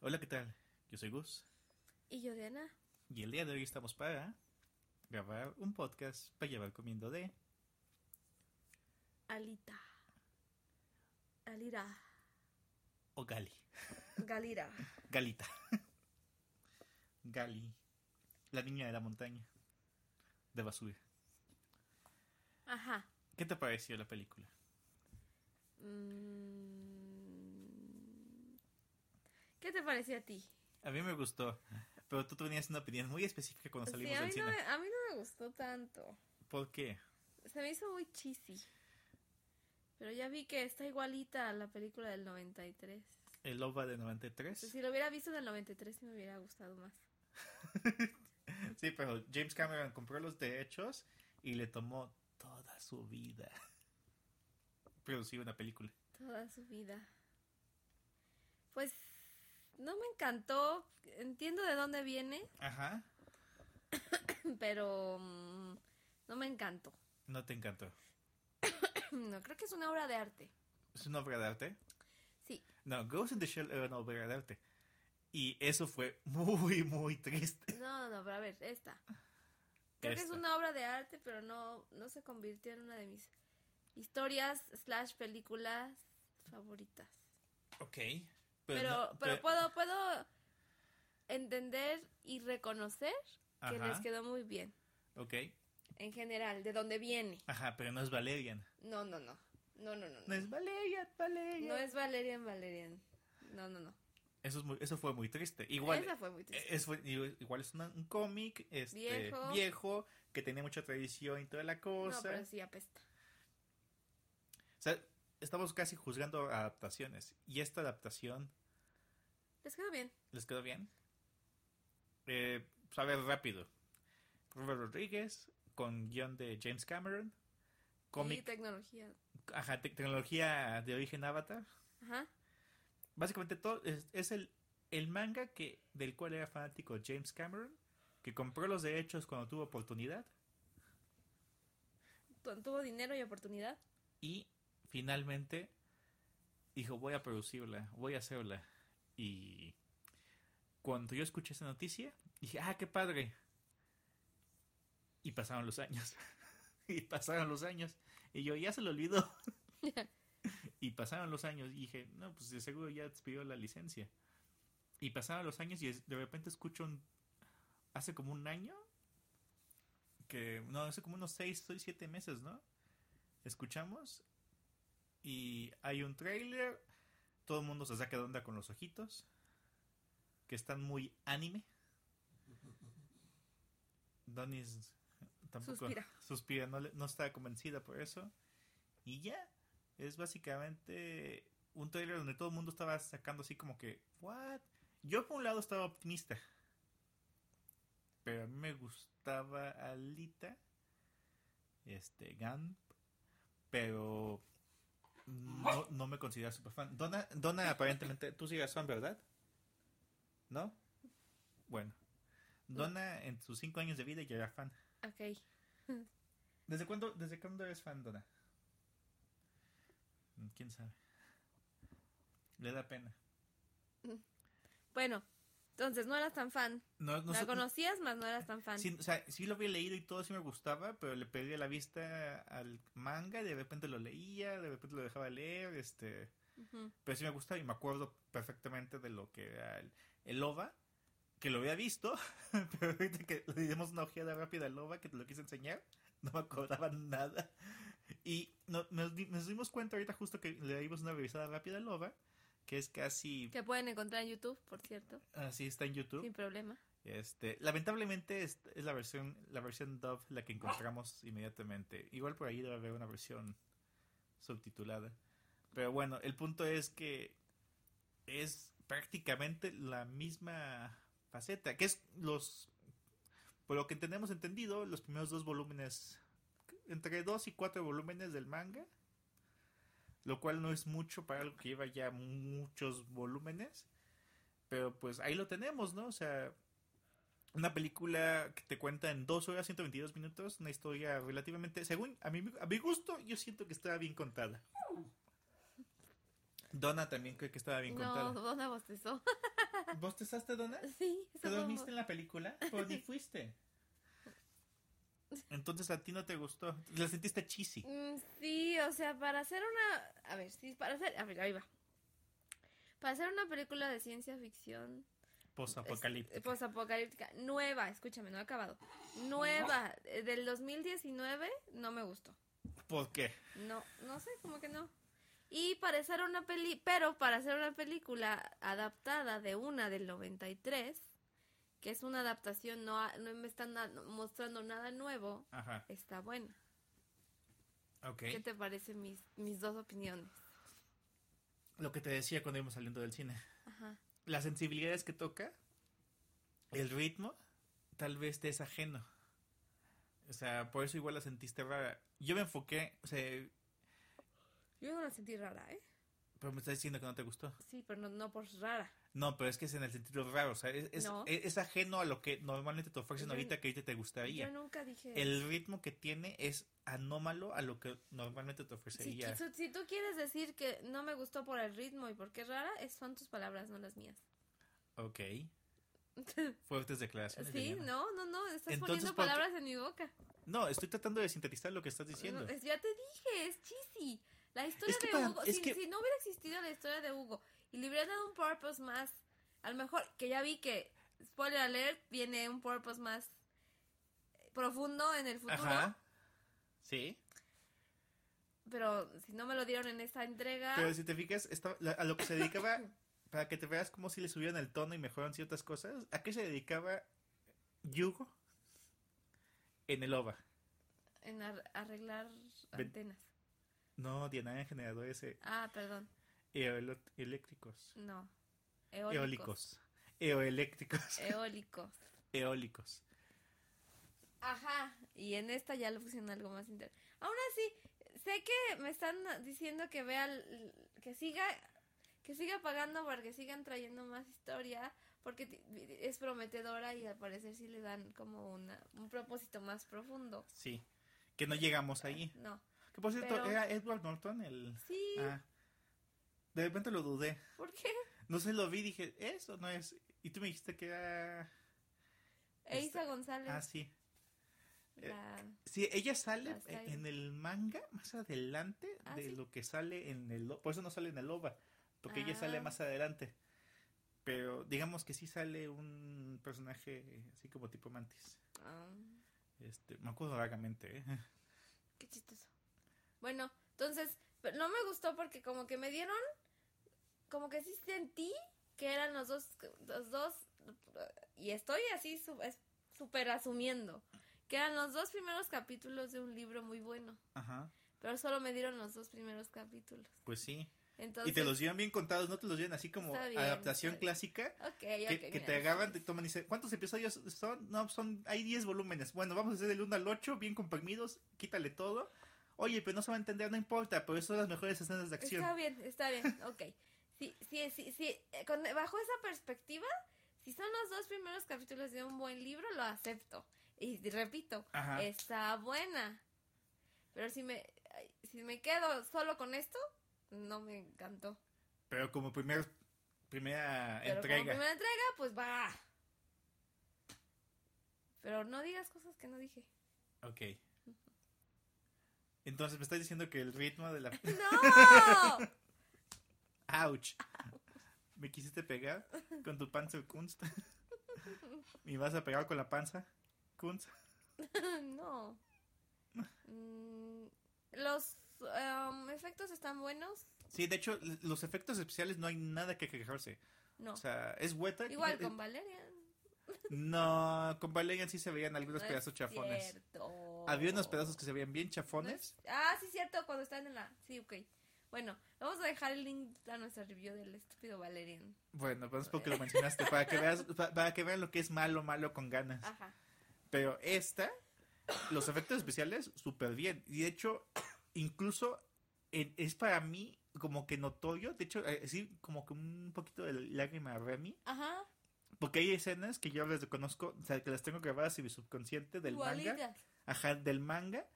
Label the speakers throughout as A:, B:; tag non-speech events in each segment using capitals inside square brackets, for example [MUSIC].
A: Hola, ¿qué tal? Yo soy Gus
B: Y yo, Diana.
A: y el día de hoy estamos para grabar un podcast para llevar comiendo de
B: Alita. Alira.
A: o Gali,
B: Galira.
A: Galita. [LAUGHS] Gali, la niña de la montaña, de basura.
B: Ajá.
A: ¿Qué te pareció la película?
B: Mm. ¿Qué te pareció a ti?
A: A mí me gustó, pero tú tenías una opinión muy específica cuando salimos
B: Sí, a,
A: del
B: mí
A: cine.
B: no me, a mí no me gustó tanto.
A: ¿Por qué?
B: Se me hizo muy cheesy. Pero ya vi que está igualita a la película del 93.
A: El OVA de 93.
B: Pues si lo hubiera visto del 93, sí me hubiera gustado más.
A: Sí, pero James Cameron compró los derechos y le tomó toda su vida [LAUGHS] producir una película.
B: Toda su vida. Pues no me encantó. Entiendo de dónde viene,
A: Ajá.
B: [LAUGHS] pero mm, no me encantó. [CLEARS THROAT]
A: No te encantó.
B: No, creo que es una obra de arte.
A: ¿Es una obra de arte?
B: Sí,
A: No, Ghost in the Shell era una obra de arte. Y eso fue muy, muy triste.
B: no, no, no, pero a ver, esta. Creo que
A: Esta.
B: es una obra de arte, pero no, no se convirtió en una de mis historias slash películas favoritas.
A: Ok.
B: Pero,
A: Pues no-
B: pero, puedo, puedo entender y reconocer que
A: Ajá.
B: les quedó muy bien.
A: Ok.
B: En general, de dónde viene.
A: Ajá, pero no es Valerian.
B: No, no, no. No, no, no.
A: No
B: No,
A: es Valerian, Valerian.
B: no es Valerian Valerian. No, no, no.
A: Eso, es muy- eso fue muy triste. Igual,
B: Esa fue muy triste.
A: eh, es- fue- digo, igual es una- un cómic este,
B: Viejo.
A: viejo que tenía mucha tradición y toda la cosa.
B: No, pero sí apesta.
A: O sea, estamos casi juzgando adaptaciones. Y esta adaptación,
B: Les quedó bien.
A: ¿les quedó bien? Eh, pues, a ver, rápido. Robert Rodríguez, con guión de James Cameron.
B: Y
A: Cómic,
B: tecnología.
A: ajá, tec- tecnología de origen avatar.
B: Ajá.
A: Básicamente todo, es, es el, el manga que, del cual era fanático James Cameron, que compró los derechos cuando tuvo oportunidad
B: Tu- Tuvo dinero y oportunidad.
A: y finalmente dijo voy a producirla, voy a hacerla. Y cuando yo escuché esa noticia, dije, ah, qué padre. Y pasaron los años. [LAUGHS] y pasaron los años. Y yo ya se lo olvidó. y pasaron los años. Y dije, no, pues de seguro ya despidió la licencia. Y pasaron los años y es- de repente escucho un... Hace como un año. Que... No, hace como unos seis, seis, siete meses, ¿no? escuchamos y hay un trailer, todo el mundo se saca de onda con los ojitos, que están muy anime. Donis tampoco
B: Suspira.
A: suspira, no, le- no está convencida por eso. Y ya, es básicamente un trailer donde todo el mundo estaba sacando así como que, ¿what? Yo por un lado estaba optimista, pero a mí me gustaba Alita, este, Gun, pero no, no me considero super fan. Donna, Donna aparentemente, tú sí eres fan, ¿verdad? ¿No? Bueno. Donna en sus cinco años de vida ya era fan.
B: Ok.
A: ¿Desde cuándo, desde cuándo eres fan, Donna? Mm, ¿Quién sabe? Le da pena.
B: Bueno, entonces no eras tan fan.
A: No, no
B: la
A: sé-
B: conocías, más no eras tan fan.
A: Sí, o sea, sí lo había leído y todo sí me gustaba, pero le perdí la vista al manga, de repente lo leía, de repente lo dejaba leer, este...
B: Ujú.
A: Pero sí me gustaba y me acuerdo perfectamente de lo que era el, el OVA, que lo había visto, [LAUGHS] pero ahorita que le dimos una ojeada rápida al OVA, que te lo quise enseñar, no me acordaba nada. Y no- nos, di- nos dimos cuenta ahorita justo que le dimos una revisada rápida al OVA, que es casi...
B: Que pueden encontrar en YouTube, por cierto.
A: Así está en YouTube.
B: Sin problema.
A: Este, lamentablemente es, es la versión la versión dub la que encontramos inmediatamente. Igual por ahí debe haber una versión subtitulada. Pero bueno, el punto es que es prácticamente la misma faceta, que es los por lo que tenemos entendido, los primeros dos volúmenes entre dos y cuatro volúmenes del manga, lo cual no es mucho para algo que lleva ya muchos volúmenes, pero pues ahí lo tenemos, ¿no? O sea, una película que te cuenta en 2 horas 122 minutos, una historia relativamente, según a mi, a mi gusto, yo siento que estaba bien contada. Donna también cree que estaba bien
B: No,
A: contada.
B: Donna bostezó. [LAUGHS]
A: ¿Vos te usaste donas?
B: Sí, eso
A: ¿Te
B: fue
A: dormiste
B: mo-
A: en la película? ¿Por
B: [LAUGHS]
A: ni fuiste? Entonces a ti no te gustó. La sentiste cheesy.
B: Mm, Sí, o sea, para hacer una... A ver, sí, para hacer... A ver, ahí va. Para hacer una película de ciencia ficción...
A: Posapocalíptica.
B: es- eh, Posapocalíptica. Nueva, escúchame, no ha acabado. Nueva, eh, del 2019, no me gustó.
A: ¿Por qué?
B: No, no sé, como que no. Y para hacer una peli... Pero para hacer una película adaptada de una del 93, que es una adaptación, no, ha- no me están na- mostrando nada nuevo,
A: Ajá.
B: está buena.
A: Ok.
B: ¿Qué te parecen mis, mis dos opiniones?
A: Lo que te decía cuando íbamos saliendo del cine.
B: Ajá.
A: Las sensibilidades que toca, el ritmo, tal vez te es ajeno. O sea, por eso igual la sentiste rara. Yo me enfoqué, o sea,
B: Yo no la sentí rara, ¿eh?
A: pero me estás diciendo que no te gustó.
B: Sí, pero no, no por rara.
A: No, pero es que es en el sentido raro, o sea, es, es-
B: No.
A: es- es ajeno a lo que normalmente te ofrecen
B: Yo-
A: ahorita que ahorita te gustaría.
B: Yo nunca dije...
A: el ritmo que tiene es anómalo a lo que normalmente te
B: Si,
A: ofrecería.
B: qui- si tú quieres decir que no me gustó por el ritmo y porque es rara, es- son tus palabras, no las mías. [LAUGHS]
A: Ok. Fuertes declaraciones.
B: Sí,
A: Liliana.
B: no, no, no, estás
A: Entonces,
B: poniendo
A: ¿por qué-
B: palabras en mi boca.
A: No, estoy tratando de sintetizar lo que estás diciendo.
B: No, es- ya te dije, es cheesy. La historia
A: Es que
B: de
A: para-
B: Hugo,
A: es
B: si,
A: que-
B: si no hubiera existido la historia de Hugo y le hubiera dado un purpose más, a lo mejor que ya vi que, spoiler alert, viene un purpose más profundo en el futuro,
A: Ajá. Sí.
B: pero si no me lo dieron en esta entrega,
A: Pero si te fijas, esta- la- a lo que se dedicaba, [COUGHS] para que te veas como si le subieron el tono y mejoran ciertas cosas, ¿a qué se dedicaba Yugo en el OVA?
B: en ar- arreglar
A: Ven-
B: antenas.
A: No, Diana en generadores eh,
B: Ah, perdón,
A: eolo- eléctricos.
B: no.
A: Eólicos. Eoeléctricos.
B: Eólicos.
A: Eólicos.
B: Ajá, y en esta ya lo pusieron algo más inter. Aún así, sé que me están diciendo que vea l- que siga que siga pagando para que sigan trayendo más historia porque ti- es prometedora y al parecer sí le dan como una, un propósito más profundo.
A: Sí. Que no llegamos ahí.
B: No.
A: Que por cierto,
B: Pero-
A: era Edward Norton el.
B: Sí,
A: Ah. De repente lo dudé.
B: ¿por qué?
A: No sé, lo vi y dije, ¿eso no es? Y tú me dijiste que era.
B: E Isa
A: Este-
B: González.
A: Ah, sí. eh,
B: la-
A: Sí, ella sale
B: La Saira.
A: en el manga más adelante
B: Ah,
A: de
B: sí.
A: lo que sale en el. o- Por eso no sale en el OVA. Porque ella sale
B: Ah.
A: más adelante. Pero digamos que sí sale un personaje así como tipo mantis.
B: ah,
A: Este, me acuerdo vagamente, ¿eh? [LAUGHS]
B: Qué chistoso. Bueno, entonces, pero no me gustó porque como que me dieron, como que sí sentí que eran los dos, los dos, y estoy así su- es- súper asumiendo, que eran los dos primeros capítulos de un libro muy bueno,
A: Ajá.
B: pero solo me dieron los dos primeros capítulos.
A: Pues sí.
B: Entonces,
A: y te los llevan bien contados, no te los llevan así como
B: Está bien,
A: adaptación
B: está bien.
A: clásica.
B: ok, ok,
A: que, que te
B: mira.
A: agarran, te toman y dicen, ¿cuántos episodios son? No, son, hay 10 volúmenes. Bueno, vamos a hacer del 1 al 8, bien comprimidos, quítale todo. Oye, pero no se va a entender, no importa, pero son las mejores escenas de acción.
B: Está bien, está bien, [LAUGHS] ok. Sí, sí, sí, sí, eh, con- bajo esa perspectiva, si son los dos primeros capítulos de un buen libro, lo acepto. Y repito,
A: Ajá.
B: está buena. Pero si me, ay, si me quedo solo con esto, no me encantó.
A: Pero como primer, primera
B: Pero como
A: entrega.
B: primera entrega, pues va. Pero no digas cosas que no dije. [LAUGHS]
A: Ok. Entonces me estás diciendo que el ritmo de la...
B: [LAUGHS] ¡No! [LAUGHS]
A: ¡Auch! ¿Me quisiste pegar con tu panza Kunst? [LAUGHS] ¿Me vas a pegar con la panza Kunst?
B: no. Mm, los um, efectos están buenos.
A: Sí, de hecho, l- los efectos especiales no hay nada que quejarse.
B: No.
A: O sea, es hueta. [LAUGHS]
B: Igual
A: eh,
B: con Valerian.
A: No, con Valerian sí se veían algunos
B: No es
A: pedazos chafones.
B: cierto.
A: Había unos pedazos que se veían bien chafones.
B: Ah, sí, cierto, cuando están en la. Sí, ok. Bueno, vamos a dejar el link a nuestra review del estúpido Valerian.
A: Bueno, pues porque lo mencionaste, para que
B: [LAUGHS]
A: veas, pa- para que vean lo que es malo, malo con ganas.
B: Ajá.
A: Pero esta, los efectos especiales, súper bien. Y de hecho, incluso en- es para mí como que notorio, de hecho, eh, sí, como que un poquito de lágrima a Remy,
B: Ajá.
A: porque hay escenas que yo les reconozco, o sea, que las tengo grabadas en mi subconsciente del manga.
B: Igualitas.
A: Ajá, del manga.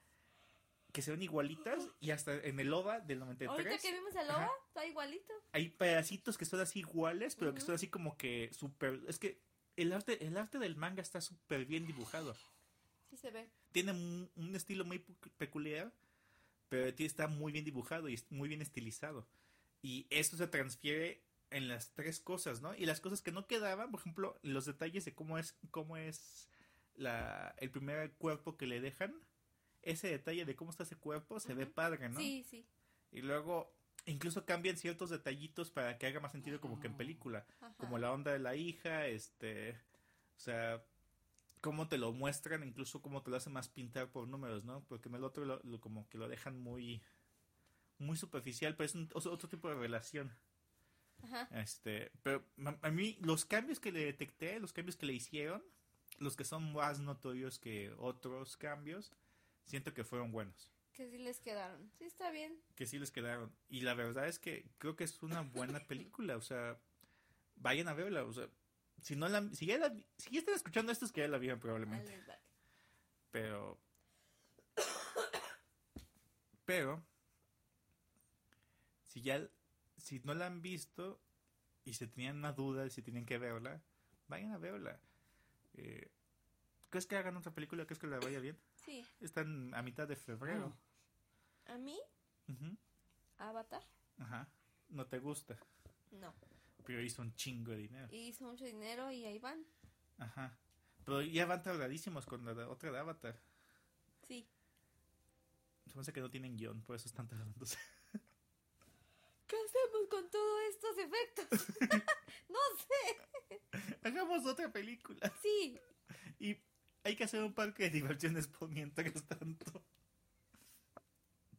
A: que se ven igualitas y hasta en el OVA del 93.
B: Ahorita que vimos el
A: Ajá.
B: OVA, está igualito.
A: hay pedacitos que son así iguales, pero que
B: Ujú.
A: son así como que súper... Es que el arte, el arte del manga está súper bien dibujado.
B: Sí se ve.
A: Tiene un, un estilo muy pu- peculiar, pero tiene- está muy bien dibujado y es muy bien estilizado. Y esto se transfiere en las tres cosas, ¿no? Y las cosas que no quedaban, por ejemplo, los detalles de cómo es, cómo es la, el primer cuerpo que le dejan. Ese detalle de cómo está ese cuerpo se ve
B: Ujú.
A: padre, ¿no?
B: Sí, sí.
A: Y luego incluso cambian ciertos detallitos para que haga más sentido como
B: Ah.
A: que en película,
B: Ajá.
A: como la onda de la hija, este, o sea, cómo te lo muestran, incluso cómo te lo hacen más pintar por números, ¿no? Porque en el otro lo, lo- como que lo dejan muy muy superficial, pero es un- es otro tipo de relación.
B: Ajá.
A: Este, pero a- a mí los cambios que le detecté, los cambios que le hicieron, los que son más notorios que otros cambios, siento que fueron buenos
B: Que sí les quedaron. Sí, está bien.
A: que sí les quedaron. Y la verdad es que creo que es una buena película, o sea, vayan a verla, o sea, si no la, si ya la, si ya están escuchando esto es que ya la vieron probablemente,
B: Alex Back.
A: pero, pero, si ya, si no la han visto y se tenían una duda de si tenían que verla, vayan a verla. Eh, ¿Crees que hagan otra película? ¿Crees que la vaya bien?
B: Sí.
A: Están a mitad de febrero.
B: A mí,
A: Ujú,
B: Avatar,
A: Ajá. No te gusta.
B: no.
A: Pero hizo un chingo de dinero.
B: Y hizo mucho dinero y ahí van.
A: Ajá. Pero ya van tardadísimos con la de- otra de Avatar.
B: Sí.
A: Se me hace que no tienen guión, por eso están tardándose.
B: ¿Qué hacemos con todos estos efectos? [LAUGHS] no sé.
A: Hagamos otra película.
B: Sí.
A: Y hay que hacer un parque de diversiones por mientras tanto.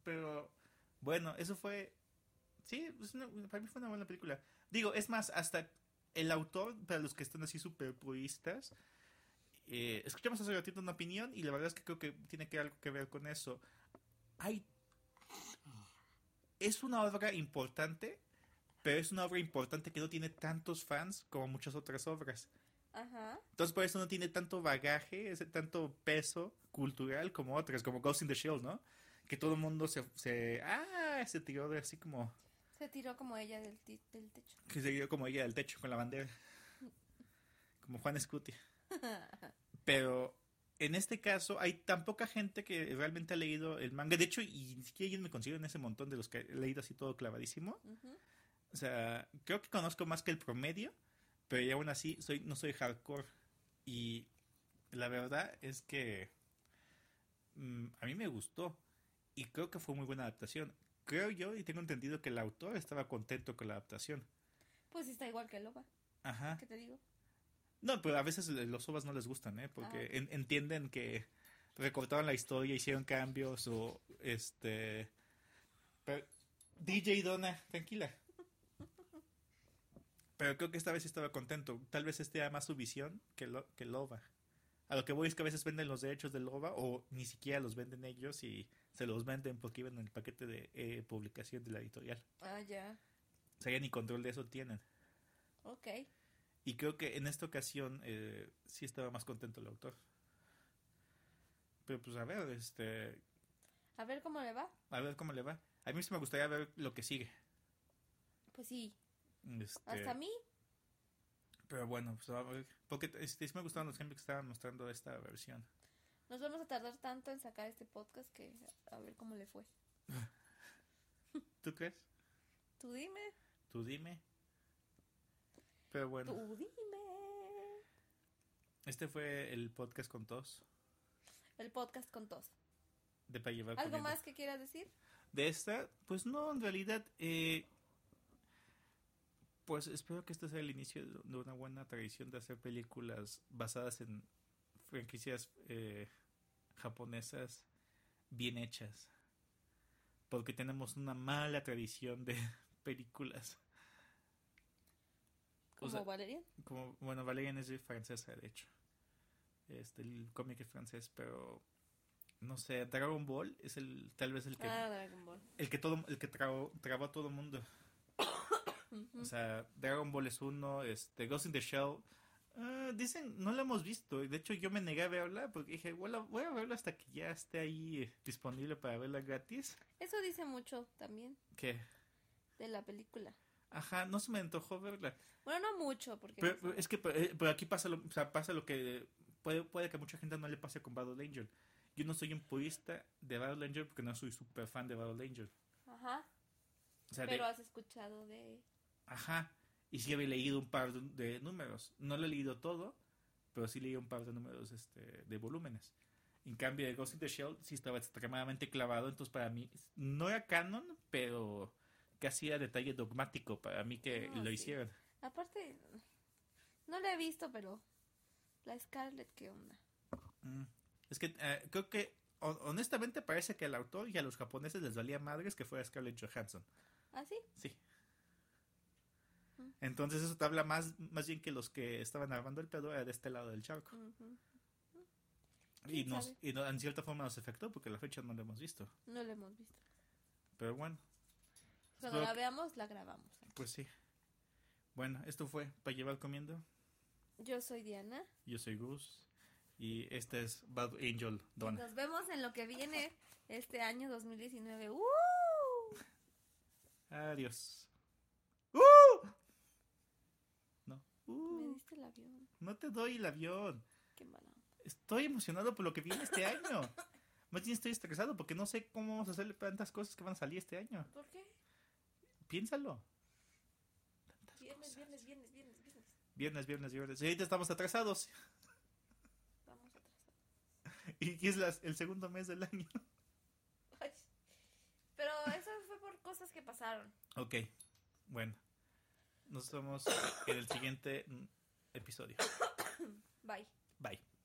A: Pero bueno, eso fue. Sí, es una- para mí fue una buena película. Digo, es más, hasta el autor, para los que están así super puristas, eh, escuchamos hace ratito una opinión y la verdad es que creo que tiene que algo que ver con eso. Hay. Es una obra importante, pero es una obra importante que no tiene tantos fans como muchas otras obras.
B: Ajá.
A: Entonces por eso no tiene tanto bagaje, ese tanto peso cultural como otras, como Ghost in the Shell, ¿no? Que todo el mundo se, se, ah, se tiró de así como,
B: Se tiró como ella del, ti- del [LAUGHS] techo.
A: que se tiró como ella del techo con la bandera. Como Juan Scuti. Pero en este caso hay tan poca gente que realmente ha leído el manga. De hecho, y ni siquiera yo me considero en ese montón de los que he leído así todo clavadísimo.
B: Ujú.
A: O sea, creo que conozco más que el promedio, pero ya aún así soy, no soy hardcore. Y la verdad es que mm, a mí me gustó y creo que fue muy buena adaptación. Creo yo y tengo entendido que el autor estaba contento con la adaptación.
B: Pues sí está igual que el Loba.
A: Ajá.
B: ¿Qué te digo?
A: No, pero a veces le- los ovas no les gustan, ¿eh? Porque
B: Ah.
A: en- entienden que recortaron la historia, hicieron cambios o este... Pero- DJ Donna, tranquila. Pero creo que esta vez sí estaba contento. Tal vez este era más su visión que, lo, que el ova. A lo que voy es que a veces venden los derechos del ova o ni siquiera los venden ellos y se los venden porque iban en el paquete de eh, publicación de la editorial.
B: Ah, ya.
A: O sea, ya ni control de eso tienen.
B: Ok.
A: Y creo que en esta ocasión eh, sí estaba más contento el autor. Pero pues a ver, este,
B: A ver cómo le va.
A: a ver cómo le va. A mí sí me gustaría ver lo que sigue.
B: Pues sí.
A: Este,
B: Hasta a mí.
A: Pero bueno, pues a ver. Porque este, sí me gustaron los ejemplos que estaban mostrando esta versión.
B: Nos vamos a tardar tanto en sacar este podcast que a ver cómo le fue.
A: ¿Tú crees?
B: Tú dime.
A: Tú dime. Pero bueno,
B: Tú dime.
A: este fue el podcast con tos
B: El podcast con tos.
A: de para llevar
B: ¿Algo
A: comiendo.
B: más que quieras decir?
A: de esta, pues no, en realidad, eh, pues espero que este sea el inicio de- de una buena tradición de hacer películas basadas en franquicias eh, japonesas bien hechas, porque tenemos una mala tradición de [LAUGHS] películas. O
B: Como
A: sea-
B: Valeria.
A: Como, bueno, Valerian es de francesa, de hecho. Este, el cómic es francés, pero no sé, Dragon Ball es el tal vez el que
B: Ah, Dragon Ball.
A: el que todo el que trabó, trabó a todo mundo. O sea, Dragon Ball es uno, este Ghost in the Shell Ah, dicen, no la hemos visto. De hecho, yo me negué a verla porque dije, bueno, voy a verla hasta que ya esté ahí eh, disponible para verla gratis.
B: Eso dice mucho también
A: Que,
B: de la película.
A: ajá, no se me antojó verla.
B: Bueno, no mucho, porque...
A: Pero,
B: no
A: pero
B: sé.
A: es que pero, eh, pero aquí pasa lo, o sea, pasa lo que eh, puede, puede que a mucha gente no le pase con Battle Angel. Yo no soy un purista de Battle Angel porque no soy súper fan de Battle Angel.
B: Ajá,
A: O sea, de-
B: pero has escuchado de...
A: Ajá. Y sí había leído un par de, de números. No lo he leído todo, pero sí leí un par de números este, de volúmenes. En cambio, de Ghost in the Shell sí estaba extremadamente clavado. Entonces, para mí, no era canon, pero casi era detalle dogmático para mí que
B: Ah,
A: lo
B: sí.
A: hicieran.
B: Aparte, no la he visto, pero... La Scarlett, ¿qué onda?
A: Mm. Es que eh, creo que, hon- honestamente, parece que al autor y a los japoneses les valía madres que fuera Scarlett Johansson.
B: ¿Ah, sí?
A: Sí.
B: Mm.
A: Entonces, eso te habla más, más bien que los que estaban armando el pedo era de este lado del charco.
B: Ujú.
A: Y,
B: ¿Quién
A: nos,
B: sabe?
A: y no- en cierta forma nos afectó porque a la fecha no lo hemos visto.
B: No la hemos visto.
A: Pero bueno,
B: Cuando
A: Espero
B: la
A: que-
B: veamos, la grabamos.
A: pues sí. Bueno, esto fue Para Llevar Comiendo.
B: Yo soy Diana.
A: Yo soy Gus. Y este es Bad Angel Donna.
B: Nos vemos en lo que viene este año 2019. ¡Uh!
A: Adiós. ¡Uh! No.
B: Me
A: ¡Uh!
B: diste el avión.
A: No te doy el avión.
B: Qué mala. onda.
A: Estoy emocionado por lo que viene este
B: [LAUGHS]
A: año. Más bien estoy estresado porque no sé cómo vamos a hacer tantas cosas que van a salir este año.
B: ¿Por qué?
A: Piénsalo.
B: Viernes, viernes, viernes, viernes, viernes.
A: Viernes, viernes, viernes. Y ahorita estamos atrasados. [LAUGHS]
B: Vamos atrasados.
A: Y es las- el segundo mes del año.
B: Ay. Pero eso fue por cosas que pasaron.
A: Ok, bueno. Nos vemos en el siguiente mm, episodio.
B: Bye.
A: Bye.